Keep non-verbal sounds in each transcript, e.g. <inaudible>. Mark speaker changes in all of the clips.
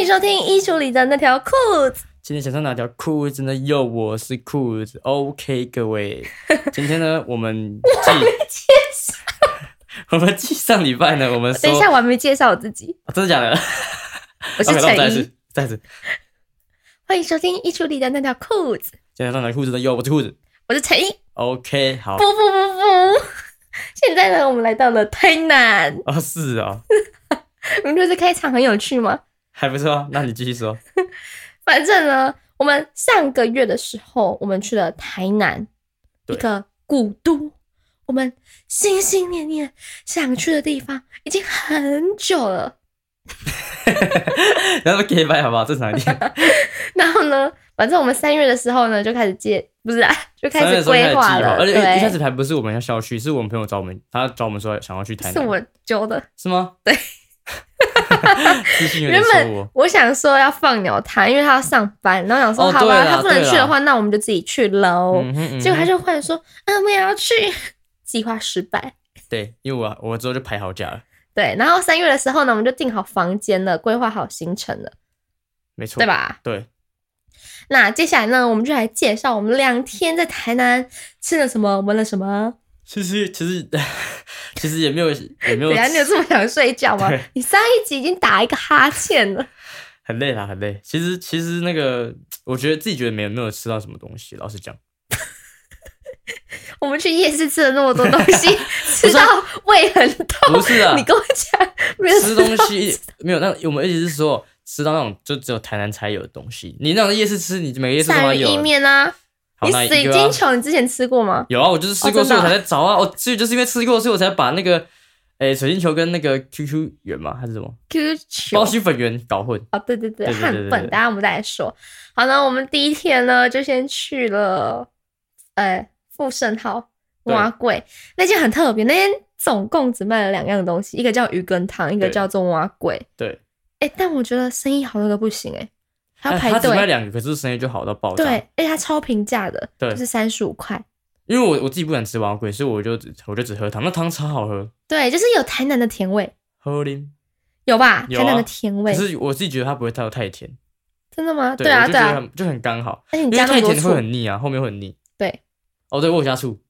Speaker 1: 迎收听衣橱里的那条裤子。
Speaker 2: 今天想穿哪条裤子呢？哟，我是裤子，OK，
Speaker 1: <laughs>
Speaker 2: 各位，今天呢，我们继 <laughs> 我们继上礼拜呢，我们说
Speaker 1: 等一下，我还没介绍我自己，
Speaker 2: 啊真的假的？
Speaker 1: 我是
Speaker 2: <laughs> OK，那啊
Speaker 1: 陈
Speaker 2: 们再
Speaker 1: 怡
Speaker 2: 次。再次，
Speaker 1: 欢迎收听衣橱里的那条裤子，
Speaker 2: 今天穿哪条裤子呢？哟，我是裤子
Speaker 1: 我是陈怡。
Speaker 2: ，OK，好
Speaker 1: 不不不不，现在呢，我们来到了台南，
Speaker 2: 哦，是哦，
Speaker 1: 你们觉得这开场很有趣吗？
Speaker 2: 还不错啊，那你继续说，
Speaker 1: 反正呢，我们上个月的时候，我们去了台南，一
Speaker 2: 对
Speaker 1: 个古都，我们心心念念想去的地方，已经很久了。
Speaker 2: 然后 K 拜好不好？正常一点，
Speaker 1: 然后呢，反正我们三月的时候呢，就开始接，不是啊，就 <laughs> 开
Speaker 2: 三月的
Speaker 1: 始
Speaker 2: 时候开
Speaker 1: 规
Speaker 2: 始计
Speaker 1: 划
Speaker 2: 划，
Speaker 1: 了。
Speaker 2: 而且一开始
Speaker 1: 对，
Speaker 2: 还不是我们要校区，是我们朋友找我们，他找我们说想要去台
Speaker 1: 是
Speaker 2: 南，
Speaker 1: 我揪的。
Speaker 2: 是吗？ <laughs>
Speaker 1: 对，
Speaker 2: 私信有
Speaker 1: 原
Speaker 2: 点说
Speaker 1: 本
Speaker 2: 我，
Speaker 1: 我想说要放鸟他，因为他要上班，然后想说
Speaker 2: 哦
Speaker 1: 好吧，
Speaker 2: 对啦
Speaker 1: 他不能
Speaker 2: 对
Speaker 1: 去的
Speaker 2: 啦
Speaker 1: 话，那我们就自己去喽。
Speaker 2: 嗯哼嗯
Speaker 1: 结果他
Speaker 2: 哼
Speaker 1: 哦就忽然说，嗯，我也要去，计划失败。
Speaker 2: 对，因为我我之后就排好假了，
Speaker 1: 对，然后三月的时候呢，我们就订好房间了，规划好行程了，
Speaker 2: 没错，
Speaker 1: 对？吧？
Speaker 2: 对，
Speaker 1: 那接下来呢，我们就来介绍我们两天在台南吃了什么，闻了什么。
Speaker 2: 其实其 <laughs> 实其实也没有也没有
Speaker 1: <laughs> 等一下，你有这么想睡觉吗
Speaker 2: 对？
Speaker 1: 你上一集已经打一个哈欠了。
Speaker 2: 很累啦，很累。其实其实那个，我觉得自己觉得没有没有吃到什么东西，老实讲，
Speaker 1: 我们去夜市吃了那么多东
Speaker 2: <laughs>
Speaker 1: 西，吃
Speaker 2: 是啊
Speaker 1: 到胃很痛。
Speaker 2: 不是啊
Speaker 1: 哦你，跟我讲，没有
Speaker 2: 吃
Speaker 1: 到
Speaker 2: 东西没有。那我们一直是说吃到那种就只有台南才有的东西，你那种夜市吃，你每个夜市都
Speaker 1: 鳝
Speaker 2: 还
Speaker 1: 鱼
Speaker 2: 有
Speaker 1: 意。面啊！
Speaker 2: 好
Speaker 1: 你
Speaker 2: 那
Speaker 1: 水
Speaker 2: 一个啊
Speaker 1: 晶球，你之前吃过吗？
Speaker 2: 有啊，我就是吃过，
Speaker 1: 哦真的
Speaker 2: 所以
Speaker 1: 啊
Speaker 2: 我才在找啊。我所以就是因为吃过，所以我才把那个诶水晶球跟那个 QQ 圆嘛还是什么
Speaker 1: QQ 球
Speaker 2: 包心粉圆搞混。
Speaker 1: 哦，对对对，
Speaker 2: 对对对
Speaker 1: 汉
Speaker 2: 对对
Speaker 1: 本，
Speaker 2: 对
Speaker 1: 大家我们再来说。好呢，那我们第一天呢就先去了，呃，富盛号
Speaker 2: 对
Speaker 1: 蛙柜那间很特别，那间总共只卖了两样东西，一个叫鱼羹汤，一个
Speaker 2: 对
Speaker 1: 叫做蛙柜。
Speaker 2: 对，
Speaker 1: 哎，但我觉得生意好到一个不行哎，还要
Speaker 2: 但
Speaker 1: 排
Speaker 2: 呃它只卖
Speaker 1: 队。
Speaker 2: 两个，可是生意就好到爆炸。
Speaker 1: 对，而且它超平价的，
Speaker 2: 对
Speaker 1: 就是三十五块。
Speaker 2: 因为我我自己不敢吃蛙龟，所以我就只我就只喝汤，那汤超好喝，
Speaker 1: 对，就是有台南的甜味，
Speaker 2: 喝啉。
Speaker 1: 有吧？
Speaker 2: 有
Speaker 1: 台
Speaker 2: 啊
Speaker 1: 南的甜
Speaker 2: 可
Speaker 1: 味，
Speaker 2: 是我自己觉得它不会太太甜，
Speaker 1: 真的吗？对啊，
Speaker 2: 我就
Speaker 1: 对
Speaker 2: 觉得
Speaker 1: 啊，
Speaker 2: 很就很刚好，
Speaker 1: 而且
Speaker 2: 因
Speaker 1: 你
Speaker 2: 为
Speaker 1: 加那么
Speaker 2: 太
Speaker 1: 多
Speaker 2: 甜
Speaker 1: 醋
Speaker 2: 会，很腻啊，后面会很腻。
Speaker 1: 对，
Speaker 2: 哦，对我有加醋，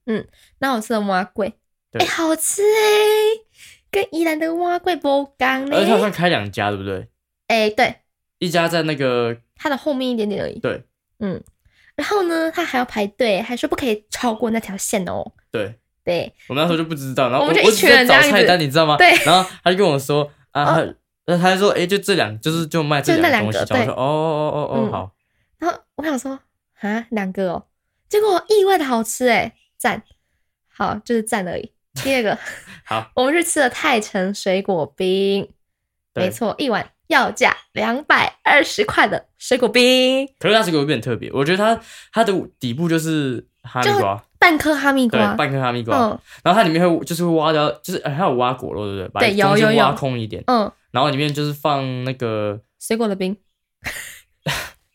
Speaker 1: 那我吃的蛙桂，哎、
Speaker 2: 对
Speaker 1: 好吃哎、跟宜兰的蛙桂不干呢
Speaker 2: 而且它。好像开两家，对不对？
Speaker 1: 哎、对，
Speaker 2: 一家在那个
Speaker 1: 它的后面一点点而已。嗯
Speaker 2: 对
Speaker 1: 然后呢，它还要排队，还说不可以超过那条线哦。
Speaker 2: 对，
Speaker 1: 对，
Speaker 2: 我们那时候就不知道，然
Speaker 1: 我
Speaker 2: 后
Speaker 1: 们就
Speaker 2: 我
Speaker 1: 一
Speaker 2: 只
Speaker 1: 群人
Speaker 2: 在
Speaker 1: 这
Speaker 2: 找
Speaker 1: 样
Speaker 2: 菜
Speaker 1: 子
Speaker 2: 单，你知道吗？
Speaker 1: 对
Speaker 2: 然后他就跟我说啊，
Speaker 1: 哦
Speaker 2: 他那他就说，哎，就这两，就是就卖这
Speaker 1: 就那
Speaker 2: 两个东西
Speaker 1: 两，个对
Speaker 2: 然后我说哦哦哦
Speaker 1: 嗯
Speaker 2: 哦，好，
Speaker 1: 然后我想说啊，两个哦，结果意外的好吃哎、赞，好就是赞而已。第二个，
Speaker 2: <laughs> 好，
Speaker 1: 我们去吃了泰城水果冰，
Speaker 2: 对
Speaker 1: 没错，一碗要价两百二十块的水果冰，
Speaker 2: 可是它这个有点特别，我觉得它它的底部就是哈密
Speaker 1: 就
Speaker 2: 瓜，
Speaker 1: 半颗哈密
Speaker 2: 对
Speaker 1: 瓜，，
Speaker 2: 半颗哈密瓜，
Speaker 1: 嗯
Speaker 2: 然后它里面会就是会挖掉，就是呃它有挖果肉，对不对？把
Speaker 1: 对有
Speaker 2: 中间
Speaker 1: 有有
Speaker 2: 挖空一点，
Speaker 1: 嗯，
Speaker 2: 然后里面就是放那个，
Speaker 1: 水果的冰。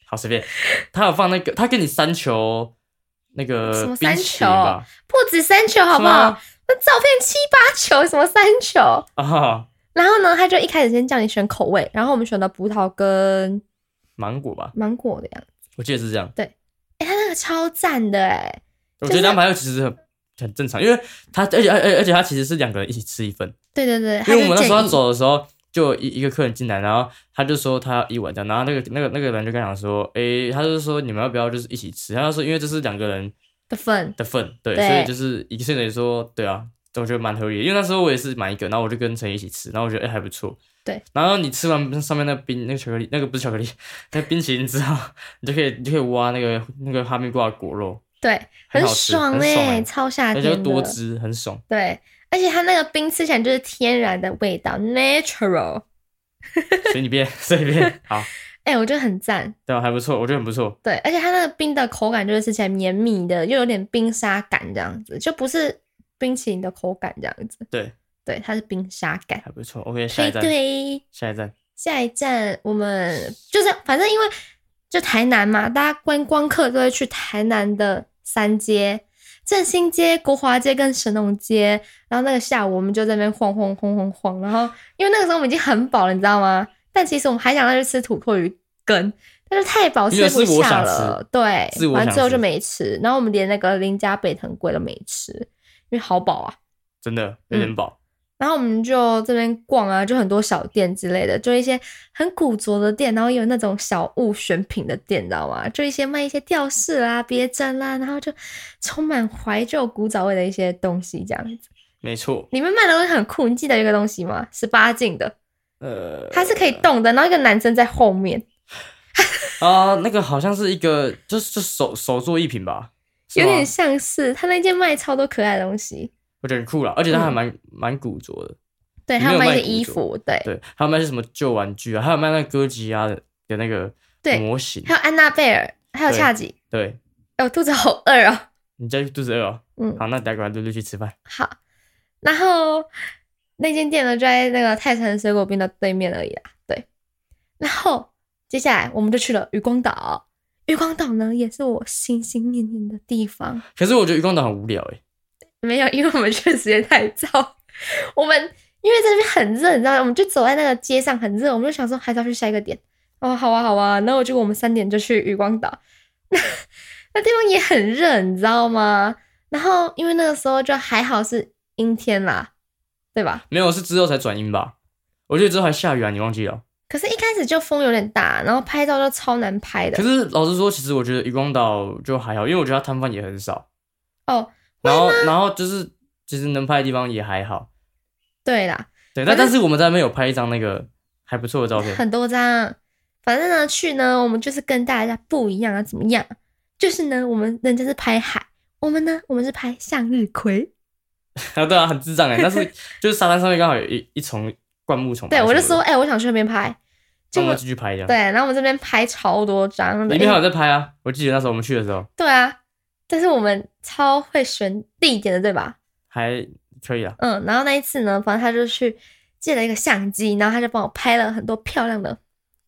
Speaker 2: 好随便，它有放那个，它给你三球那个
Speaker 1: 什么
Speaker 2: 冰
Speaker 1: 三
Speaker 2: 淇淋吧，
Speaker 1: 不止三球，好不
Speaker 2: 是
Speaker 1: 好
Speaker 2: 吗？
Speaker 1: 那照片七八球，什么三球？
Speaker 2: 啊哈，
Speaker 1: 然后呢，他就一开始先叫你选口味，然后我们选的葡萄跟
Speaker 2: 芒果吧，
Speaker 1: 芒果的样子。
Speaker 2: 我记得是这样。
Speaker 1: 哎、他那个超赞的哎、
Speaker 2: 我
Speaker 1: 就
Speaker 2: 觉
Speaker 1: 是
Speaker 2: 得两百六其实很很正常，因为它而且而而而且它其实是两个人一起吃一份，
Speaker 1: 对对对，
Speaker 2: 因为我们
Speaker 1: 他就
Speaker 2: 那时候
Speaker 1: 建
Speaker 2: 要
Speaker 1: 议
Speaker 2: 走的时候。就有一一个客人进来，然后他就说他要一碗这样，然后那个那个那个人就跟他讲说，诶、他就说你们要不要就是一起吃？他就说因为这是两个人
Speaker 1: 的份，
Speaker 2: 的份，对，
Speaker 1: 对
Speaker 2: 所以就是一个现在说，对啊，我觉得蛮合理的，因为那时候我也是买一个，然后我就跟陈怡一起吃，然后我觉得哎、还不错，
Speaker 1: 对，
Speaker 2: 然后你吃完上面那冰那个巧克力，那个不是巧克力， <laughs> 那冰淇淋之后，你就可以你就可以挖那个那个哈密瓜的果肉，
Speaker 1: 对，
Speaker 2: 很好吃
Speaker 1: 爽
Speaker 2: 很爽
Speaker 1: 哎、
Speaker 2: 欸
Speaker 1: 超夏
Speaker 2: 而且又
Speaker 1: 天
Speaker 2: 多
Speaker 1: 的。
Speaker 2: 汁，很爽。
Speaker 1: 对，而且它那个冰吃起来就是天然的味道，natural。
Speaker 2: 随你便， <laughs> 随便，好，
Speaker 1: 哎、我觉得很赞。
Speaker 2: 对啊，还不错，我觉得很不错，
Speaker 1: 对，而且它那个冰的口感就是吃起来绵密的，又有点冰沙感这样子，就不是冰淇淋的口感这样子。
Speaker 2: 对，
Speaker 1: 对，它是冰沙感。
Speaker 2: 还不错。OK，下
Speaker 1: 推
Speaker 2: 一站，
Speaker 1: 推，
Speaker 2: 下一站，
Speaker 1: 下一站我们就是反正因为就台南嘛，大家观光客都会去台南的三街。振兴街、国华街跟神农街，然后那个下午我们就在那边晃晃晃晃晃，然后因为那个时候我们已经很饱了，你知道吗？但其实我们还想再去吃土阔鱼羹，但是太饱
Speaker 2: 因
Speaker 1: 吃
Speaker 2: 为
Speaker 1: 不
Speaker 2: 是我
Speaker 1: 下
Speaker 2: 想
Speaker 1: 了
Speaker 2: 吃，
Speaker 1: 对
Speaker 2: 是，我
Speaker 1: 完
Speaker 2: 想
Speaker 1: 之后就
Speaker 2: 吃
Speaker 1: 没吃，然后我们连那个林家北藤贵都没吃，因为好饱啊。
Speaker 2: 真的有
Speaker 1: 嗯
Speaker 2: 点饱。
Speaker 1: 然后我们就这边逛啊，就很多小店之类的，就一些很古着的店，然后也有那种小物选品的店，你知道吗？就一些卖一些吊饰啦、别针啦，然后就充满怀旧古早味的一些东西，这样子。
Speaker 2: 没错，
Speaker 1: 里面卖的东西很酷，你记得一个东西吗？十八禁的，
Speaker 2: 呃，
Speaker 1: 它是可以动的，然后一个男生在后面，
Speaker 2: 啊、那个好像是一个，就是就手手做一品吧，是
Speaker 1: 有
Speaker 2: 吗
Speaker 1: 点像是他那件卖超多可爱的东西。
Speaker 2: 我觉得很酷啦，而且它还
Speaker 1: 嗯
Speaker 2: 蛮蛮古着的。
Speaker 1: 对，
Speaker 2: 里
Speaker 1: 还
Speaker 2: 面有
Speaker 1: 卖一
Speaker 2: 卖
Speaker 1: 些衣
Speaker 2: 古着
Speaker 1: 服，对
Speaker 2: 对，还有卖一些什么旧玩具啊，还有卖那个哥吉拉的的那个
Speaker 1: 对
Speaker 2: 模型。
Speaker 1: 还有安娜贝尔，还有
Speaker 2: 对
Speaker 1: 恰吉。
Speaker 2: 对，
Speaker 1: 哎，我肚子好饿哦。
Speaker 2: 你家肚子饿哦。
Speaker 1: 嗯，
Speaker 2: 好，那待会儿溜溜去吃饭。
Speaker 1: 好，然后那间店呢就在那个泰山水果冰的对面而已啦。对，然后接下来我们就去了渔光岛。渔光岛呢也是我心心念念的地方，
Speaker 2: 可是我觉得渔光岛很无聊欸诶、
Speaker 1: 没有，因为我们去的时间太早，我们因为在那边很热，你知道吗？我们就走在那个街上很热，我们就想说还是要去下一个点。哦，好啊，好啊，然后结果我们三点就去渔光岛，那地方也很热，你知道吗？然后因为那个时候就还好是阴天啦，对吧？
Speaker 2: 没有，是之后才转阴吧？我觉得之后还下雨啊，你忘记了？
Speaker 1: 可是，一开始就风有点大，然后拍照就超难拍
Speaker 2: 可
Speaker 1: 的。
Speaker 2: 是老实说，其实我觉得渔光岛就还好，因为我觉得它摊贩也很少，
Speaker 1: 哦，
Speaker 2: 然后然后就是其实能拍的地方也还好。
Speaker 1: 对啦，
Speaker 2: 对，
Speaker 1: 反正
Speaker 2: 但但是我们在那边有拍一张那个还不错的照片，
Speaker 1: 很多张。反正呢，去呢，我们就是跟大家不一样啊，怎么样？就是呢，我们人家是拍海，我们呢，我们是拍向日葵。
Speaker 2: <laughs> 啊对啊，很智障哎，但
Speaker 1: <laughs>
Speaker 2: 是就是沙滩上面刚好有一一丛灌木丛吧，
Speaker 1: 对，我就
Speaker 2: 还是什
Speaker 1: 说，
Speaker 2: 么的，
Speaker 1: 哎、我想去那边拍。
Speaker 2: 那
Speaker 1: 就
Speaker 2: 我们继续拍一张，
Speaker 1: 对，然后我们这边拍超多张的，
Speaker 2: 里面还有在拍啊，我记得那时候我们去的时候
Speaker 1: 对啊，但是我们超会选地点的，对吧？
Speaker 2: 还可以啊，
Speaker 1: 嗯，然后那一次呢，反正他就去借了一个相机，然后他就帮我拍了很多漂亮的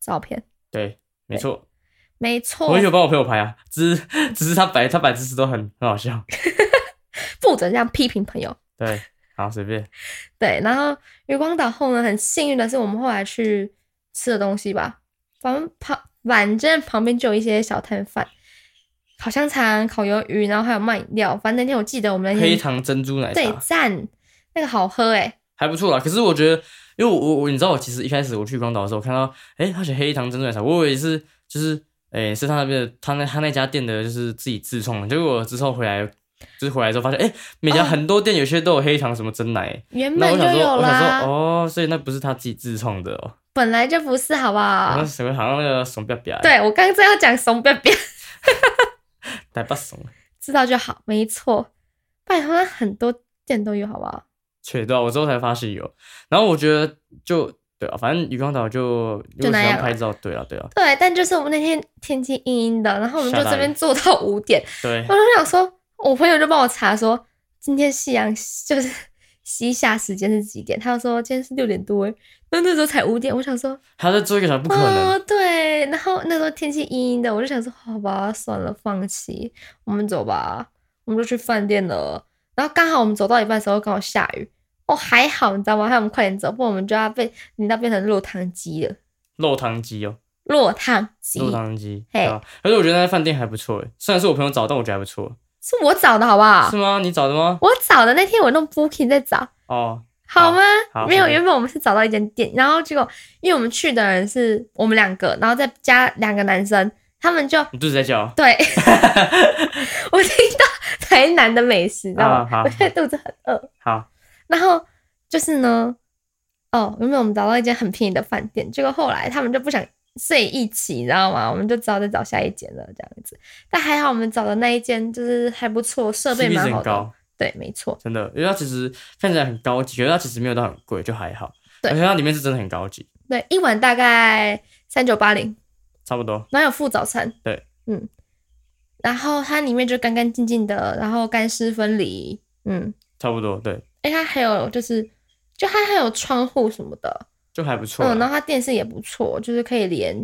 Speaker 1: 照片。
Speaker 2: 对，没错，
Speaker 1: 没错，
Speaker 2: 我也有帮我朋友拍啊，只是 <laughs> 只是他摆他摆姿势都很很好笑，
Speaker 1: 不准这样批评朋友。
Speaker 2: 对，好随便，
Speaker 1: 对，然后渔光岛后呢，很幸运的是，我们后来去吃的东西吧，反正旁反正旁边就有一些小摊贩，烤香肠、烤鱿鱼，然后还有卖饮料。反正那天我记得我们那
Speaker 2: 黑
Speaker 1: 天
Speaker 2: 糖珍珠奶
Speaker 1: 哎对
Speaker 2: 茶
Speaker 1: 赞那个好喝哎、
Speaker 2: 还不错啦，可是我觉得，因为我我我你知道我其实一开始我去广岛的时候，我看到哎、诶他写黑糖珍珠奶茶，我以为是就是哎、诶是他那边的他那他那家店的就是自己自创的，结果之后回来就是回来之后发现哎、诶每家
Speaker 1: 哦
Speaker 2: 很多店有些都有黑糖什么真奶，
Speaker 1: 原
Speaker 2: 那、
Speaker 1: 本
Speaker 2: 我
Speaker 1: 就
Speaker 2: 想说
Speaker 1: 有
Speaker 2: 我想
Speaker 1: 啦，
Speaker 2: 说哦，所以那不是他自己自创的哦，
Speaker 1: 本来就不是好不
Speaker 2: 好
Speaker 1: 好
Speaker 2: 像？什么好像那个怂彪彪，，
Speaker 1: 啊对我刚刚正要讲怂别别，
Speaker 2: 台北怂，
Speaker 1: 知道就好，没错。拜托，那很多店都有好不好？
Speaker 2: 确对、啊，我之后才发现有，然后我觉得就对啊，反正渔光岛就如
Speaker 1: 就
Speaker 2: 果喜
Speaker 1: 那
Speaker 2: 欢
Speaker 1: 样啊
Speaker 2: 拍照，对啊对啊
Speaker 1: 对，但就是我们那天天气阴阴的，然后我们就
Speaker 2: 下大
Speaker 1: 这边
Speaker 2: 雨
Speaker 1: 坐到五点，
Speaker 2: 对
Speaker 1: 我，就想说，我朋友就帮我查说，今天夕阳就是 <laughs> 西下时间是几点？他就说今天是六点多欸，那那时候才五点。我想说，
Speaker 2: 他在做一个小时不可能。
Speaker 1: 哦，对。然后那时候天气阴阴的，我就想说，好吧，算了，放弃，我们走吧，我们就去饭店了。然后刚好我们走到一半的时候，刚好下雨。哦，还好，你知道吗？害我们快点走，不然我们就要被淋到变成落汤鸡了。
Speaker 2: 肉汤鸡哦，
Speaker 1: 落汤鸡
Speaker 2: 肉汤鸡，
Speaker 1: 嘿
Speaker 2: 对啊。而且我觉得那饭店还不错诶，欸虽然是我朋友找，但我觉得还不错。
Speaker 1: 是我找的好不好
Speaker 2: 是？吗？你找的吗？
Speaker 1: 我找的那天我弄 Booking 在找，
Speaker 2: 哦，
Speaker 1: 好吗？
Speaker 2: 好
Speaker 1: 没有，
Speaker 2: 随便
Speaker 1: 原本我们是找到一间店，然后结果因为我们去的人是我们两个，然后再加两个男生，他们就
Speaker 2: 你肚子在叫， <laughs>
Speaker 1: 对我听到台南的美食，你知道吗？
Speaker 2: 啊好
Speaker 1: 我现在肚子很饿。
Speaker 2: 好，
Speaker 1: 然后就是呢，哦，原本我们找到一间很便宜的饭店，结果后来他们就不想睡一起，你知道吗？我们就只好再找下一间了，这样子。但还好我们找的那一间就是还不错，设备
Speaker 2: CP 值
Speaker 1: 蛮好
Speaker 2: 很
Speaker 1: 的
Speaker 2: 高。，
Speaker 1: 对，没错，
Speaker 2: 真的，因为它其实看起来很高级，可是它其实没有到很贵，就还好。
Speaker 1: 对
Speaker 2: 而且它里面是真的很高级，
Speaker 1: 对，一晚大概三九八零。
Speaker 2: 差不多。
Speaker 1: 然后有附早餐。
Speaker 2: 对，
Speaker 1: 嗯，然后它里面就干干净净的，然后干湿分离。嗯，
Speaker 2: 差不多，对，
Speaker 1: 哎，它还有就是，就它还有窗户什么的。
Speaker 2: 就还不错啦。啊
Speaker 1: 嗯，然后它电视也不错，就是可以连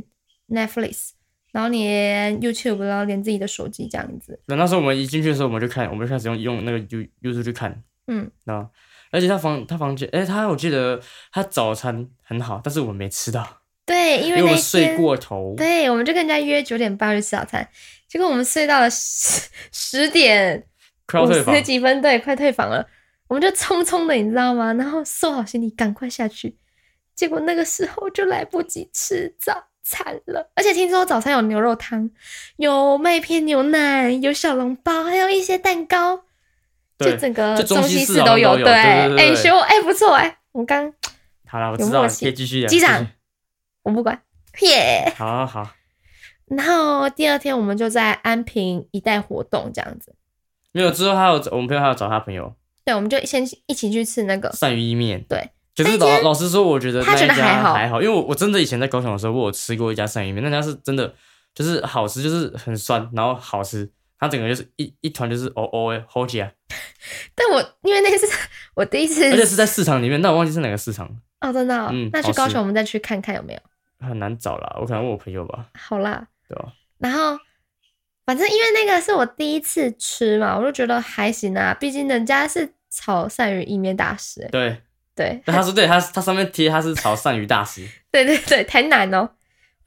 Speaker 1: Netflix，然后连 YouTube，然后连自己的手机这样子。
Speaker 2: 那那时候我们一进去的时候，我们就看，我们就开始用用那个 U YouTube 去看，
Speaker 1: 嗯，
Speaker 2: 啊，而且他房他房间，哎、他我记得他早餐很好，但是我们没吃到，
Speaker 1: 对，因为
Speaker 2: 我
Speaker 1: 那
Speaker 2: 们
Speaker 1: 一
Speaker 2: 睡
Speaker 1: 天，
Speaker 2: 过头，
Speaker 1: 对，我们就跟人家约九点半要去吃早餐，结果我们睡到了十十点
Speaker 2: 快要
Speaker 1: 五
Speaker 2: 退房
Speaker 1: 十，几分，对，快退房了，我们就匆匆的，你知道吗？然后收好行李，赶快下去，结果那个时候就来不及吃早餐了。而且听说早餐有牛肉汤，有麦片牛奶，有小笼包，还有一些蛋糕，就
Speaker 2: 对
Speaker 1: 整个
Speaker 2: 就中西
Speaker 1: 西
Speaker 2: 式
Speaker 1: 式
Speaker 2: 好像
Speaker 1: 有。
Speaker 2: 都有对对对
Speaker 1: 哎，
Speaker 2: 对
Speaker 1: 学我，哎，不错，哎，我刚
Speaker 2: 好了，我
Speaker 1: 有
Speaker 2: 知道
Speaker 1: 默
Speaker 2: 了，
Speaker 1: 契
Speaker 2: 可以继续了。啊
Speaker 1: 机
Speaker 2: 继续
Speaker 1: 长我不管，耶、
Speaker 2: 好好，
Speaker 1: 然后第二天我们就在安平一带活动这样子，
Speaker 2: 没有之后还有我们朋友还有找他朋友
Speaker 1: 对，我们就先一起去吃那个，
Speaker 2: 鳝鱼意面，
Speaker 1: 呃对，
Speaker 2: 可
Speaker 1: 那
Speaker 2: 是
Speaker 1: 一
Speaker 2: 老
Speaker 1: 间
Speaker 2: 老实说，我觉得
Speaker 1: 他
Speaker 2: 那
Speaker 1: 觉
Speaker 2: 一
Speaker 1: 得
Speaker 2: 家
Speaker 1: 还好
Speaker 2: 还好，因为我我真的以前在高雄的时候，我有吃过一家鳝鱼意面，那家是真的就是好吃，就是很酸，然后好吃，它整个就是一一团就是哦哦哎好起来，
Speaker 1: 但我因为那是我第一次
Speaker 2: 而且是在市场里面，但我忘记是哪个市场，
Speaker 1: 哦，真的哦、
Speaker 2: 嗯
Speaker 1: 那
Speaker 2: 好
Speaker 1: 去
Speaker 2: 吃
Speaker 1: 高雄我们再去看看有没有，
Speaker 2: 很难找啦，我可能问我朋友吧，
Speaker 1: 好啦，
Speaker 2: 对哦吧？
Speaker 1: 然后反正因为那个是我第一次吃嘛，我就觉得还行啊，毕竟人家是炒鳝鱼意面大师、哎
Speaker 2: 对，
Speaker 1: 对
Speaker 2: 但他说对，他他上面贴他是炒鳝鱼大师，
Speaker 1: 对对对，台南哦，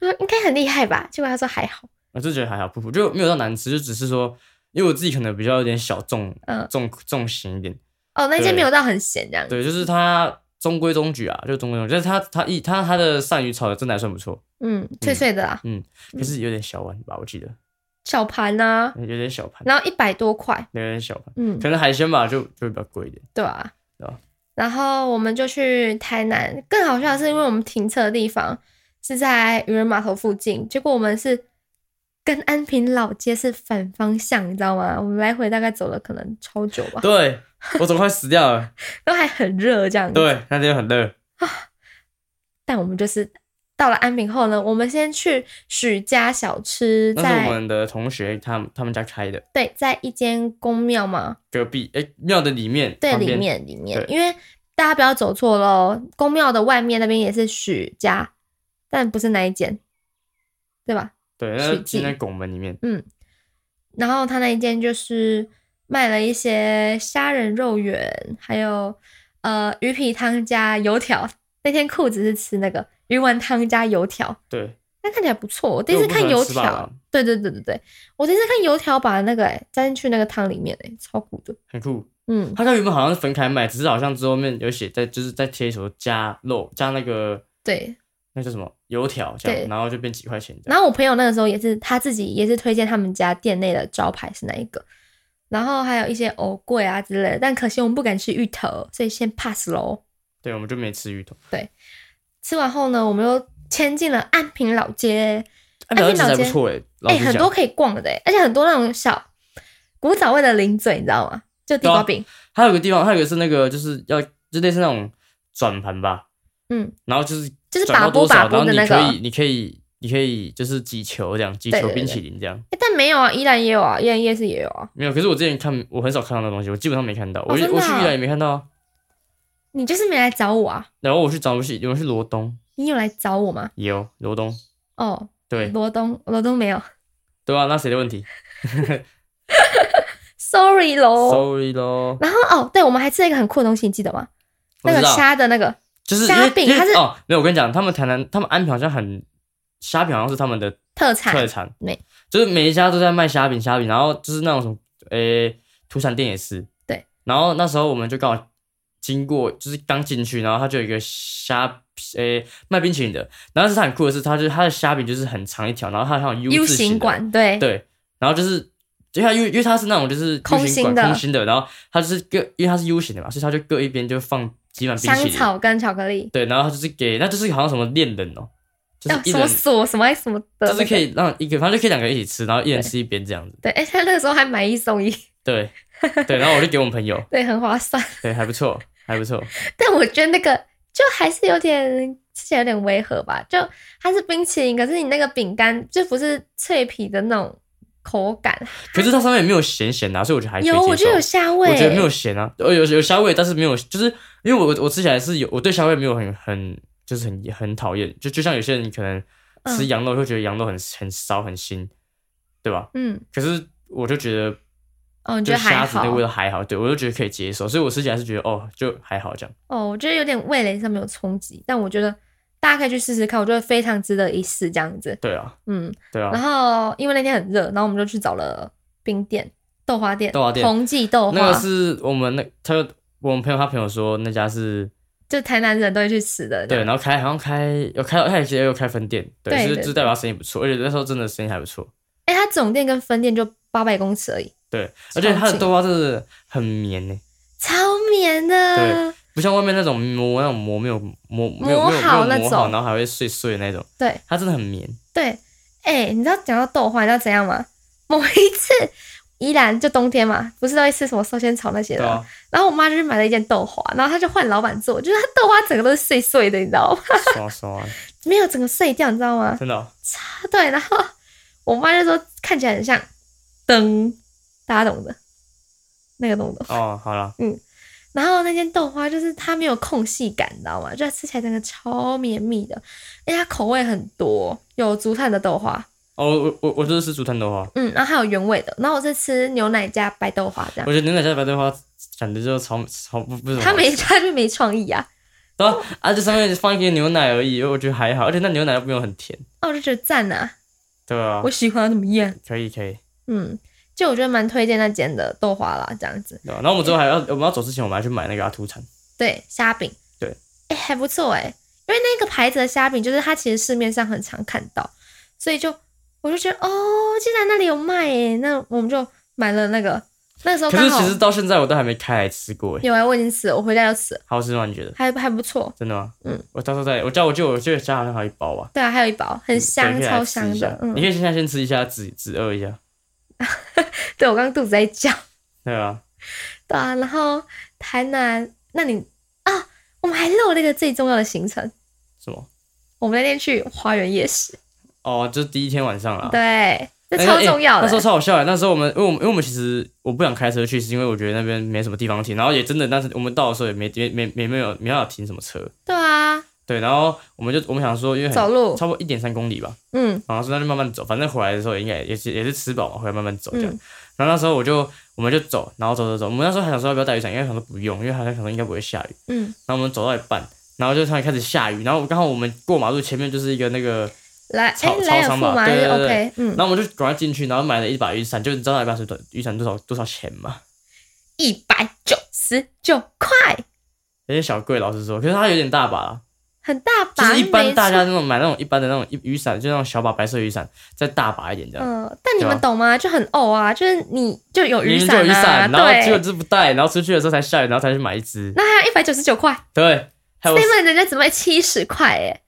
Speaker 1: 我说应该很厉害吧，结果他说还好，
Speaker 2: 我就觉得还好，普普就没有到难吃，就只是说，因为我自己可能比较有点小众，
Speaker 1: 嗯
Speaker 2: 重重型一点，
Speaker 1: 哦，那间
Speaker 2: 对
Speaker 1: 没有到很咸这样子，
Speaker 2: 对，就是它中规中矩啊，就中规中矩，但是它它一它它的鳝鱼炒的真的还算不错，
Speaker 1: 嗯，脆脆的啊，
Speaker 2: 可是有点小碗吧，我记得
Speaker 1: 小盘啊，
Speaker 2: 有点小盘，
Speaker 1: 然后一百多块，
Speaker 2: 有点小盘，
Speaker 1: 嗯，
Speaker 2: 可能海鲜吧，就就会比较贵一点，
Speaker 1: 对啊，
Speaker 2: 对啊
Speaker 1: 然后我们就去台南，更好笑的是，因为我们停车的地方是在渔人码头附近，结果我们是跟安平老街是反方向，你知道吗？我们来回大概走了可能超久吧，
Speaker 2: 对我怎么快死掉了？
Speaker 1: 然后还很热这样子。
Speaker 2: 对，那天很热，
Speaker 1: 但我们就是到了安平后呢，我们先去许家小吃在，
Speaker 2: 那是我们的同学他们他们家开的，
Speaker 1: 对，在一间宫庙嘛，
Speaker 2: 隔壁哎庙的里面，
Speaker 1: 对，
Speaker 2: 旁
Speaker 1: 里
Speaker 2: 边，
Speaker 1: 面里面，
Speaker 2: 对
Speaker 1: 因为大家不要走错喽，宫庙的外面那边也是许家，但不是那一间，对吧？
Speaker 2: 对，那
Speaker 1: 水
Speaker 2: 进
Speaker 1: 记
Speaker 2: 在拱门里面，
Speaker 1: 然后他那一间就是卖了一些虾仁肉圆，还有呃鱼皮汤加油条。那天裤子是吃那个鱼丸汤加油条，
Speaker 2: 对，
Speaker 1: 但看起来不错。我第一次看
Speaker 2: 因为
Speaker 1: 油
Speaker 2: 我不喜欢吃辣
Speaker 1: 条
Speaker 2: 嘛，
Speaker 1: 对对对对对，我第一次看油条把那个、欸、加进去那个汤里面、欸，超苦的。
Speaker 2: 很酷。
Speaker 1: 嗯，
Speaker 2: 他跟原本好像是分开卖，只是好像之后面有写在就是在贴手加肉加那个
Speaker 1: 对。
Speaker 2: 那叫什么油条这
Speaker 1: 对
Speaker 2: 样，然后就变几块钱这样。
Speaker 1: 然后我朋友那个时候也是他自己也是推荐他们家店内的招牌是哪一个，然后还有一些藕桂啊之类的，但可惜我们不敢吃芋头，所以先 pass 喽。
Speaker 2: 对，我们就没吃芋头。
Speaker 1: 吃完后呢，我们又迁进了安平老街，
Speaker 2: 安
Speaker 1: 平
Speaker 2: 平
Speaker 1: 老
Speaker 2: 老街还
Speaker 1: 街
Speaker 2: 不错哎，老
Speaker 1: 哎、
Speaker 2: 实
Speaker 1: 很
Speaker 2: 讲
Speaker 1: 多可以逛的哎、而且很多那种小古早味的零嘴，你知道吗？就
Speaker 2: 啊
Speaker 1: 地瓜饼，
Speaker 2: 还有个地方，还有一个是那个就是要就类似那种转盘吧，
Speaker 1: 嗯，
Speaker 2: 然后就是
Speaker 1: 就是
Speaker 2: 转到
Speaker 1: 把波
Speaker 2: 多
Speaker 1: 把
Speaker 2: 少，然
Speaker 1: 波
Speaker 2: 后
Speaker 1: 的
Speaker 2: 你
Speaker 1: 那个，
Speaker 2: 可
Speaker 1: 哎、
Speaker 2: 以你可以你可以就是几球这样，几
Speaker 1: 对
Speaker 2: 球
Speaker 1: 对
Speaker 2: 冰
Speaker 1: 对
Speaker 2: 淇淋这样。
Speaker 1: 但没有啊，依然也有啊，依然夜市也有啊。
Speaker 2: 没有，可是我之前看我很少看到那东西，我基本上没看到。我
Speaker 1: 真的
Speaker 2: 我去
Speaker 1: 啊
Speaker 2: 宜兰也没看到啊，
Speaker 1: 你就是没来找我啊？
Speaker 2: 然后我去找我去有人去罗东
Speaker 1: 你有来找我吗？
Speaker 2: 有罗东，
Speaker 1: 哦，
Speaker 2: 对
Speaker 1: 罗东，罗东没有
Speaker 2: 对啊，那谁的问题
Speaker 1: ，sorry 喽。
Speaker 2: ？Sorry 咯。
Speaker 1: 然后哦，对，我们还吃了一个很酷的东西，你记得吗？
Speaker 2: 我
Speaker 1: 那
Speaker 2: 知
Speaker 1: 个
Speaker 2: 道
Speaker 1: 虾的那个，
Speaker 2: 就是
Speaker 1: 虾
Speaker 2: 因为
Speaker 1: 饼
Speaker 2: 因为
Speaker 1: 它是
Speaker 2: 哦，没有，我跟你讲，他们台南，他们安平好像很虾饼好像是他们的
Speaker 1: 特产，
Speaker 2: 特产
Speaker 1: 对，
Speaker 2: 就是每一家都在卖虾饼，虾饼，然后就是那种什么，诶、土产店也是，
Speaker 1: 对。
Speaker 2: 然后那时候我们就刚好经过，就是刚进去，然后他就有一个虾，诶、卖冰淇淋的，然后是它很酷的是，它就是它的虾饼就是很长一条，然后它好像有
Speaker 1: U
Speaker 2: 字
Speaker 1: 型
Speaker 2: 的，
Speaker 1: 馆，对，
Speaker 2: 对，然后就是。因为它因为因为它是那种就是
Speaker 1: 空
Speaker 2: U 型
Speaker 1: 心
Speaker 2: 管
Speaker 1: 的
Speaker 2: 空心的，然后它就是各因为它是 U 型的嘛，所以它就各一边就放几碗冰淇
Speaker 1: 香
Speaker 2: 淋，
Speaker 1: 草跟巧克力，
Speaker 2: 对，然后他就是给，那就是好像什么恋人哦，就是
Speaker 1: 哦，
Speaker 2: 一
Speaker 1: 什么
Speaker 2: 人，
Speaker 1: 锁什么什么的那
Speaker 2: 就
Speaker 1: 个，
Speaker 2: 是可以让一个，反正就可以两个人一起吃，然后一人吃一边这样子。
Speaker 1: 对，哎、他那个时候还买一送一， <laughs>
Speaker 2: 对，对，然后我就给我们朋友，
Speaker 1: 对，很划算。 <laughs>
Speaker 2: 对，还不错，还不错，
Speaker 1: 但我觉得那个就还是有点吃起来有点违和吧，就它是冰淇淋，可是你那个饼干就不是脆皮的那种口感，
Speaker 2: 可是它上面也没有咸咸的啊、所以我觉得还可以
Speaker 1: 有我觉
Speaker 2: 接受
Speaker 1: 得有虾味，
Speaker 2: 我觉得没有咸啊，呃，有有虾味，但是没有，就是因为我我吃起来是有，我对虾味没有很很就是很很讨厌，就就像有些人可能吃
Speaker 1: 嗯
Speaker 2: 羊肉会觉得羊肉很很骚很腥，对吧？
Speaker 1: 嗯，
Speaker 2: 可是我就觉得。
Speaker 1: 哦，你觉
Speaker 2: 就
Speaker 1: 得还
Speaker 2: 虾子
Speaker 1: 好
Speaker 2: 那味道还好，对我就觉得可以接受，所以我吃起来是觉得哦，就还好这样。
Speaker 1: 哦，我觉得有点味蕾上面有冲击，但我觉得大家可以去试试看，我觉得非常值得一试这样子。
Speaker 2: 对啊，
Speaker 1: 嗯，
Speaker 2: 对
Speaker 1: 然
Speaker 2: 啊，
Speaker 1: 后因为那天很热，然后我们就去找了冰店、豆花店、
Speaker 2: 豆花店
Speaker 1: 红记豆花，
Speaker 2: 那个是我们那他我们朋友他朋友说那家是
Speaker 1: 就台南人都会去吃的。
Speaker 2: 对，然后开好像开有开他也也有开分店，对，
Speaker 1: 对
Speaker 2: 就是
Speaker 1: 对
Speaker 2: 就
Speaker 1: 对
Speaker 2: 是代表他生意不错，而且那时候真的生意还不错，
Speaker 1: 哎、它总店跟分店就八百公尺而已，
Speaker 2: 对，而且他
Speaker 1: 超
Speaker 2: 的
Speaker 1: 近
Speaker 2: 豆花真的很绵呢、
Speaker 1: 超绵的。
Speaker 2: 不像外面那种磨那种磨没有磨没有没有
Speaker 1: 磨
Speaker 2: 没有
Speaker 1: 好那
Speaker 2: 磨好，
Speaker 1: 种
Speaker 2: 然后还会碎碎的那种，
Speaker 1: 对
Speaker 2: 它真的很绵。
Speaker 1: 对，哎、你知道讲到豆花，你知道怎样吗？某一次，宜兰就冬天嘛，不是都会吃什么寿仙草那些的
Speaker 2: 对
Speaker 1: 吗、
Speaker 2: 啊，
Speaker 1: 然后我妈就去买了一件豆花，然后她就换老板做，就是她豆花整个都是碎碎的，你知道吗？ <laughs>
Speaker 2: 刷刷，
Speaker 1: 没有整个碎掉，你知道吗？
Speaker 2: 真的哦、
Speaker 1: 对，然后我妈就说看起来很像灯，大家懂的，那个懂的。
Speaker 2: 哦，好了，
Speaker 1: 然后那间豆花就是它没有空隙感，你知道吗？就它吃起来真的超绵密的，而且它口味很多，有竹炭的豆花，
Speaker 2: 哦，我我我就是吃竹炭豆花，
Speaker 1: 嗯，然后还有原味的。然后我是吃牛奶加白豆花这样
Speaker 2: 我，觉得牛奶加白豆花感觉就超超不不怎么好吃。
Speaker 1: 它没它就没创意啊。
Speaker 2: 然后啊，这上面放一点牛奶而已，我觉得还好，而且那牛奶又没有很甜，
Speaker 1: 那我就觉得赞啊，
Speaker 2: 对啊
Speaker 1: 我，喜欢怎么样？
Speaker 2: 可以可以。
Speaker 1: 嗯，就我觉得蛮推荐那间的豆花啦，这样子。
Speaker 2: 对啊然后我们之后还要我们要走之前，我们还去买那个阿土
Speaker 1: 哦
Speaker 2: 产，
Speaker 1: 对，虾饼，
Speaker 2: 对
Speaker 1: 哎、还不错哎、因为那个牌子的虾饼，就是它其实市面上很常看到，所以就我就觉得哦，竟然那里有卖哎、那我们就买了那个，那时候
Speaker 2: 可
Speaker 1: 刚
Speaker 2: 是
Speaker 1: 好
Speaker 2: 其实到现在我都还没开来吃过诶，
Speaker 1: 有哎、我已经吃了，我回家就吃了，
Speaker 2: 好吃吗？你觉得？
Speaker 1: 还还不错，
Speaker 2: 真的吗？
Speaker 1: 嗯，
Speaker 2: 我到时候再我叫我就我记得家好像还有一包吧，
Speaker 1: 对啊，还有一包很
Speaker 2: 对
Speaker 1: 香，
Speaker 2: 嗯可以来
Speaker 1: 超
Speaker 2: 吃一
Speaker 1: 香
Speaker 2: 下
Speaker 1: 的，嗯
Speaker 2: 你，可以现在先吃一下，止止饿一下，
Speaker 1: 对我刚刚肚子在叫，
Speaker 2: 对啊。
Speaker 1: 对啊，然后台南，那你啊，我们还漏了一个最重要的行程，
Speaker 2: 什么？
Speaker 1: 我们那天去花园夜市，
Speaker 2: 哦，就是第一天晚上啦。
Speaker 1: 对，这
Speaker 2: 那个，
Speaker 1: 超
Speaker 2: 欸
Speaker 1: 重要的、
Speaker 2: 那时候超好笑的。那时候我们，因为我们，因为我们其实我不想开车去，是因为我觉得那边没什么地方停，然后也真的，但是我们到的时候也没没没没没有没办法停什么车。
Speaker 1: 对啊，
Speaker 2: 对，然后我们就我们想说，因为很
Speaker 1: 走路，
Speaker 2: 差不多一点三公里吧，
Speaker 1: 嗯。
Speaker 2: 然后说那就慢慢走，反正回来的时候应该也是也是吃饱嘛，回来慢慢走这样。
Speaker 1: 嗯
Speaker 2: 然后那时候我就我们就走，然后走走走，我们那时候还想说要不要带雨伞，因为想说不用，因为好像想说应该不会下雨。
Speaker 1: 嗯，
Speaker 2: 然后我们走到一半，然后就突然开始下雨，然后刚好我们过马路前面就是一个那个
Speaker 1: 来，
Speaker 2: 超
Speaker 1: 哎，莱
Speaker 2: 超
Speaker 1: 尔
Speaker 2: 商
Speaker 1: 富
Speaker 2: 吧
Speaker 1: 嘛
Speaker 2: 对
Speaker 1: 是
Speaker 2: 对对
Speaker 1: OK，嗯
Speaker 2: 然，后我们就赶快进去，然后买了一把雨伞，就你知道一把水多雨伞多少多少钱吗？
Speaker 1: 一百九十九块，
Speaker 2: 有点小贵，老实说，可是它有点大把啦，
Speaker 1: 很大
Speaker 2: 就
Speaker 1: 把，
Speaker 2: 是一
Speaker 1: 没
Speaker 2: 般大
Speaker 1: 错
Speaker 2: 家那种买那种一般的那种雨雨伞，就那种小把白色雨伞，再大把一点这样。
Speaker 1: 嗯，但你
Speaker 2: 对啊
Speaker 1: 们懂吗？就很呕啊，就是你就有
Speaker 2: 明
Speaker 1: 雨
Speaker 2: 明就
Speaker 1: 伞
Speaker 2: 有雨
Speaker 1: 啊，
Speaker 2: 伞，然后结
Speaker 1: 对，
Speaker 2: 果就是不带，然后出去的时候才下雨，然后才去买一支。
Speaker 1: 那还有一百九十九块，
Speaker 2: 对，还有
Speaker 1: 那们人家只卖七十块，哎，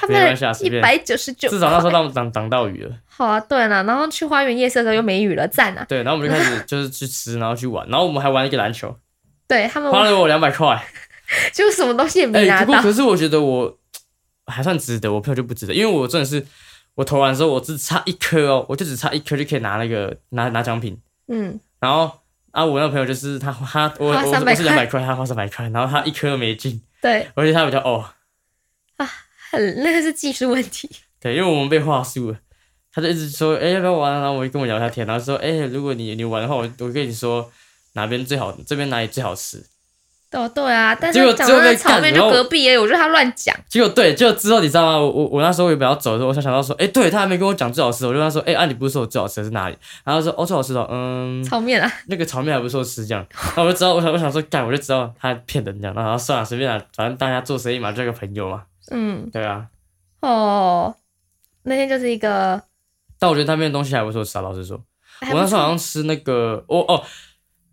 Speaker 1: 他
Speaker 2: 别
Speaker 1: 们
Speaker 2: 乱啊下，随
Speaker 1: 一
Speaker 2: 便。
Speaker 1: 百九十九，
Speaker 2: 至少那时候挡挡挡到雨了。
Speaker 1: <laughs> 好啊，对了，然后去花园夜市的时候又没雨了，赞啊！
Speaker 2: 对，然后我们就开始就是去吃，然后去玩，然后我们还玩一个
Speaker 1: <laughs>
Speaker 2: 篮球，
Speaker 1: 对他们
Speaker 2: 花了我两百块。
Speaker 1: 就什么东西也没
Speaker 2: 哎，
Speaker 1: 拿
Speaker 2: 不过
Speaker 1: 到，
Speaker 2: 可是我觉得我还算值得，我朋友就不值得，因为我真的是我投完的时候我只差一颗哦，我就只差一颗就可以拿那个拿拿奖品，
Speaker 1: 嗯，
Speaker 2: 然后。啊，我那朋友就是他，他我我
Speaker 1: 花
Speaker 2: 我
Speaker 1: 300
Speaker 2: 我是两百
Speaker 1: 块
Speaker 2: 块，他花三百块，然后他一颗都没进，
Speaker 1: 对，
Speaker 2: 而且他比较哦，
Speaker 1: 很那个是技术问题，
Speaker 2: 对，因为我们被话术了，他就一直说，哎、要不要玩啊？然后我就跟我聊一下天，然后说，哎、如果你你玩的话，我我跟你说哪边最好，这边哪里最好吃。
Speaker 1: 哦，对啊，但
Speaker 2: 结果
Speaker 1: 是讲
Speaker 2: 最
Speaker 1: 到
Speaker 2: 后
Speaker 1: 那
Speaker 2: 被
Speaker 1: 炒
Speaker 2: 干
Speaker 1: 面
Speaker 2: 然
Speaker 1: 就
Speaker 2: 后
Speaker 1: 隔壁而已，我觉得他乱讲，
Speaker 2: 结果对，结果之后你知道吗？我我我那时候原本要走的时候，我想想到说，哎、对他还没跟我讲最好吃，我就跟他说，哎、啊，你不是说我最好吃的是哪里？然后他说，哦，最好吃的哦，嗯，
Speaker 1: 炒面啊，
Speaker 2: 那个炒面还不错吃，这样。然后我就知道，我想我想说，干，我就知道他骗人这样。然后算了，随便啦，反正大家做生意嘛，交个朋友嘛，
Speaker 1: 嗯。
Speaker 2: 对啊。
Speaker 1: 哦，那天就是一个，
Speaker 2: 但我觉得他那边的东西还不错吃啊，老实说，
Speaker 1: 我
Speaker 2: 我那时候好像吃那个，哦哦，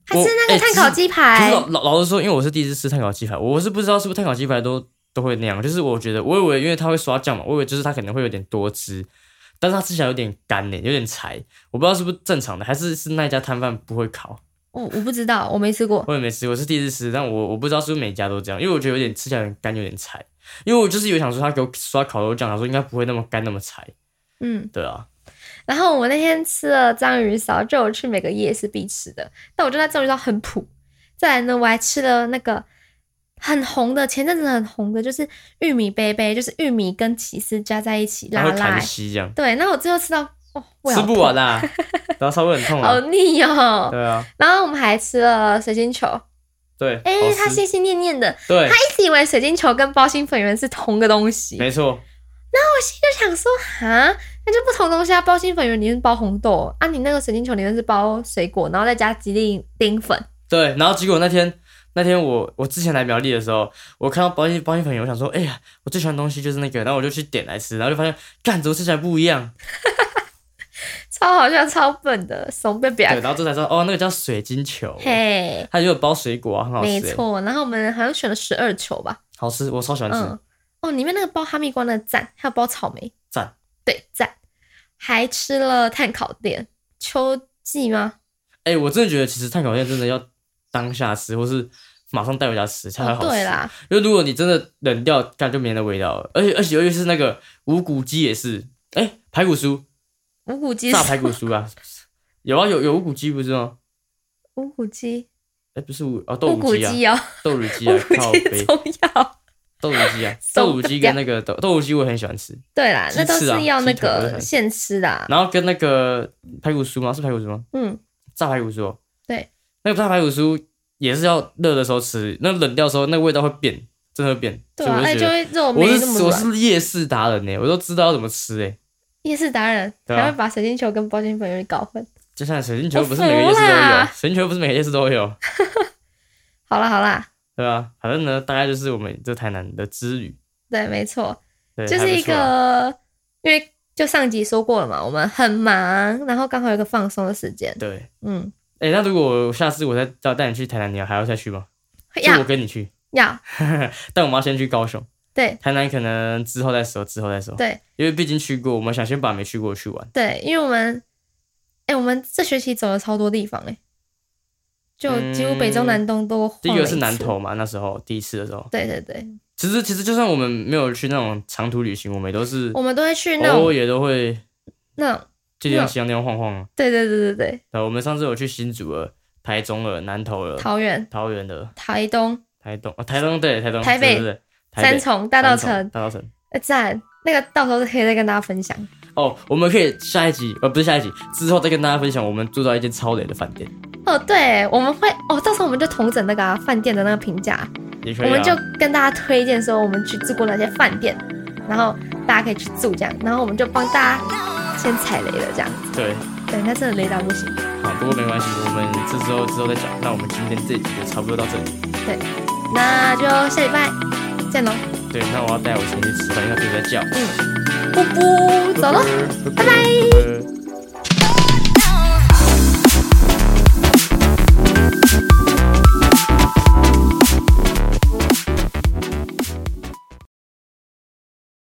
Speaker 1: 还是那
Speaker 2: 我哎
Speaker 1: 个碳烤鸡
Speaker 2: 可是
Speaker 1: 排，
Speaker 2: 老老老实说，因为我是第一次吃碳烤鸡排，我是不知道是不是碳烤鸡排都都会那样。就是我觉得，我以为因为它会刷酱嘛，我以为就是它可能会有点多汁，但是它吃起来有点干呢、有点柴。我不知道是不是正常的，还是是那一家摊贩不会烤。
Speaker 1: 我我不知道，我没吃过。
Speaker 2: 我也没吃，我是第一次吃，但我我不知道是不是每家都这样，因为我觉得有点吃起来有点干，有点柴。因为我就是有想说，他给我刷烤肉酱，他说应该不会那么干那么柴，
Speaker 1: 嗯，
Speaker 2: 对啊，
Speaker 1: 然后我那天吃了章鱼烧，就我去每个夜市必吃的，但我觉得那章鱼烧很普。再来呢，我还吃了那个很红的，前阵子很红的，就是玉米杯杯，就是玉米跟起司加在一起
Speaker 2: 然
Speaker 1: 拉
Speaker 2: 后
Speaker 1: 拉
Speaker 2: 弹
Speaker 1: 欸。
Speaker 2: 吸这样，
Speaker 1: 对，那我最后吃到哦，胃
Speaker 2: 吃
Speaker 1: 好
Speaker 2: 不
Speaker 1: 痛 <laughs>
Speaker 2: 完啦、然后稍微很痛
Speaker 1: 好
Speaker 2: 啊，
Speaker 1: 腻哦。
Speaker 2: 对啊，
Speaker 1: 然后我们还吃了水晶球，
Speaker 2: 对，
Speaker 1: 哎、
Speaker 2: 好
Speaker 1: 他
Speaker 2: 吃
Speaker 1: 心心念念的，
Speaker 2: 对
Speaker 1: 他，一直以为水晶球跟包心粉圆是同个东西，
Speaker 2: 没错，
Speaker 1: 我心里就想说，哈，那就不同东西啊。包心粉圆里面是包红豆啊，你那个水晶球里面是包水果，然后再加吉利丁粉。
Speaker 2: 对。然后结果那天那天我我之前来苗栗的时候，我看到保险保险粉圆，我想说，哎呀，我最喜欢的东西就是那个，然后我就去点来吃，然后就发现，干，怎么吃起来不一样？
Speaker 1: 超好笑、超笨的怂贝贝啊
Speaker 2: 对，！然后这才知道，哦，那个叫水晶球，
Speaker 1: 嘿，
Speaker 2: 它就有包水果啊，很好吃，
Speaker 1: 没，错。然后我们好像选了十二球吧，
Speaker 2: 好吃，我超喜欢吃。
Speaker 1: 嗯，哦，里面那个包哈密瓜的赞，还有包草莓
Speaker 2: 赞，
Speaker 1: 对赞，还吃了碳烤店秋季吗？
Speaker 2: 哎、我真的觉得其实碳烤店真的要当下吃，或是马上带回家吃才会
Speaker 1: 哦，
Speaker 2: 好吃。
Speaker 1: 对啦，
Speaker 2: 因为如果你真的冷掉，干就没那味道了。而且而且尤其是那个无骨鸡也是，哎、排骨酥
Speaker 1: 无骨鸡
Speaker 2: 炸排骨酥啊，有啊有有无骨鸡不是吗？
Speaker 1: 无骨鸡，
Speaker 2: 哎、不是无哦豆
Speaker 1: 无
Speaker 2: 乳
Speaker 1: 骨
Speaker 2: 鸡啊，
Speaker 1: 鸡哦，
Speaker 2: 豆乳鸡
Speaker 1: 无
Speaker 2: 啊，
Speaker 1: 骨
Speaker 2: 靠
Speaker 1: 鸡
Speaker 2: 背
Speaker 1: 重要。
Speaker 2: 豆乳
Speaker 1: <laughs>
Speaker 2: 鸡啊，
Speaker 1: 怂
Speaker 2: 豆乳鸡跟那个豆豆乳鸡我也很喜欢吃，
Speaker 1: 对啦，
Speaker 2: 鸡
Speaker 1: 那都
Speaker 2: 翅啊
Speaker 1: 是要那
Speaker 2: 鸡腿我也
Speaker 1: 个
Speaker 2: 很
Speaker 1: 现吃的啊，
Speaker 2: 然后跟那个排骨酥吗？是排骨酥吗？
Speaker 1: 嗯，
Speaker 2: 炸排骨酥、哦，
Speaker 1: 对，
Speaker 2: 那个炸排骨酥也是要热的时候吃，那冷掉的时候那个味道会变，真的会变，
Speaker 1: 对
Speaker 2: 所以
Speaker 1: 啊，
Speaker 2: 我
Speaker 1: 哎，
Speaker 2: 就
Speaker 1: 就
Speaker 2: 觉得。
Speaker 1: 会肉
Speaker 2: 我
Speaker 1: 没那么
Speaker 2: 是我
Speaker 1: 软。
Speaker 2: 是夜市达人呢、我都知道要怎么吃哎、
Speaker 1: 夜市达人
Speaker 2: 对啊
Speaker 1: 还会把水晶球跟包心粉圆搞混。
Speaker 2: 就像水晶球
Speaker 1: 我
Speaker 2: 不是每个夜市
Speaker 1: 服
Speaker 2: 都有
Speaker 1: 啦，
Speaker 2: 水晶球不是每个夜市都有，
Speaker 1: 好啦好啦，
Speaker 2: 对吧、反正呢，大概就是我们这台南的之旅，
Speaker 1: 对，没错，
Speaker 2: 对，
Speaker 1: 就是
Speaker 2: 还不
Speaker 1: 一
Speaker 2: 错啊
Speaker 1: 个，因为就上集说过了嘛，我们很忙，然后刚好有一个放松的时间，
Speaker 2: 对。
Speaker 1: 嗯，
Speaker 2: 哎、那如果我下次我再要带你去台南，你还要再去吗？就我
Speaker 1: 要
Speaker 2: 跟你去， <laughs>
Speaker 1: 要
Speaker 2: 但我们要先去高雄，
Speaker 1: 对
Speaker 2: 台南可能之后再说，之后再说。
Speaker 1: 对哦
Speaker 2: 因为毕竟去过，我们想先把没去过的去完。
Speaker 1: 对，因为我们，哎、我们这学期走了超多地方哎、就几乎北中南东都晃
Speaker 2: 嗯第一
Speaker 1: 了
Speaker 2: 个
Speaker 1: 一
Speaker 2: 是南
Speaker 1: 次，
Speaker 2: 投嘛，那时候第一次的时候，
Speaker 1: 对对对，
Speaker 2: 其实其实就算我们没有去那种长途旅行，我们也都是
Speaker 1: 我们都会去那
Speaker 2: 偶尔
Speaker 1: 种
Speaker 2: 也都会
Speaker 1: 那种，
Speaker 2: 这地方西洋地方晃晃啊。
Speaker 1: 对对对对对，
Speaker 2: 对，我们上次有去新竹了、台中了、南投了、
Speaker 1: 桃园、
Speaker 2: 桃园了、
Speaker 1: 台东、
Speaker 2: 台东啊，台东对台东，
Speaker 1: 台北
Speaker 2: 对对对台
Speaker 1: 三
Speaker 2: 北
Speaker 1: 重、大稻
Speaker 2: 三重
Speaker 1: 城，
Speaker 2: 大稻城。
Speaker 1: 呃赞，那个到时候可以再跟大家分享。
Speaker 2: 哦，我们可以下一集，呃，不是下一集，之后再跟大家分享我们住到一间超雷的饭店，
Speaker 1: 哦，对，我们会哦，到时候我们就统整那个啊、饭店的那个评价。
Speaker 2: 也可
Speaker 1: 我
Speaker 2: 以、啊。
Speaker 1: 们就跟大家推荐说我们去住过哪些饭店，然后大家可以去住这样，然后我们就帮大家先踩雷了这样。
Speaker 2: 对，
Speaker 1: 对，那真的雷到不行。
Speaker 2: 好，不过没关系，我们这之后之后再讲。那我们今天这一集就差不多到这里。
Speaker 1: 对，那就下礼拜见喽，
Speaker 2: 对，那我要带我前去吃饭，因为他肚子在叫。
Speaker 1: 布布，走喽。
Speaker 2: 拜拜。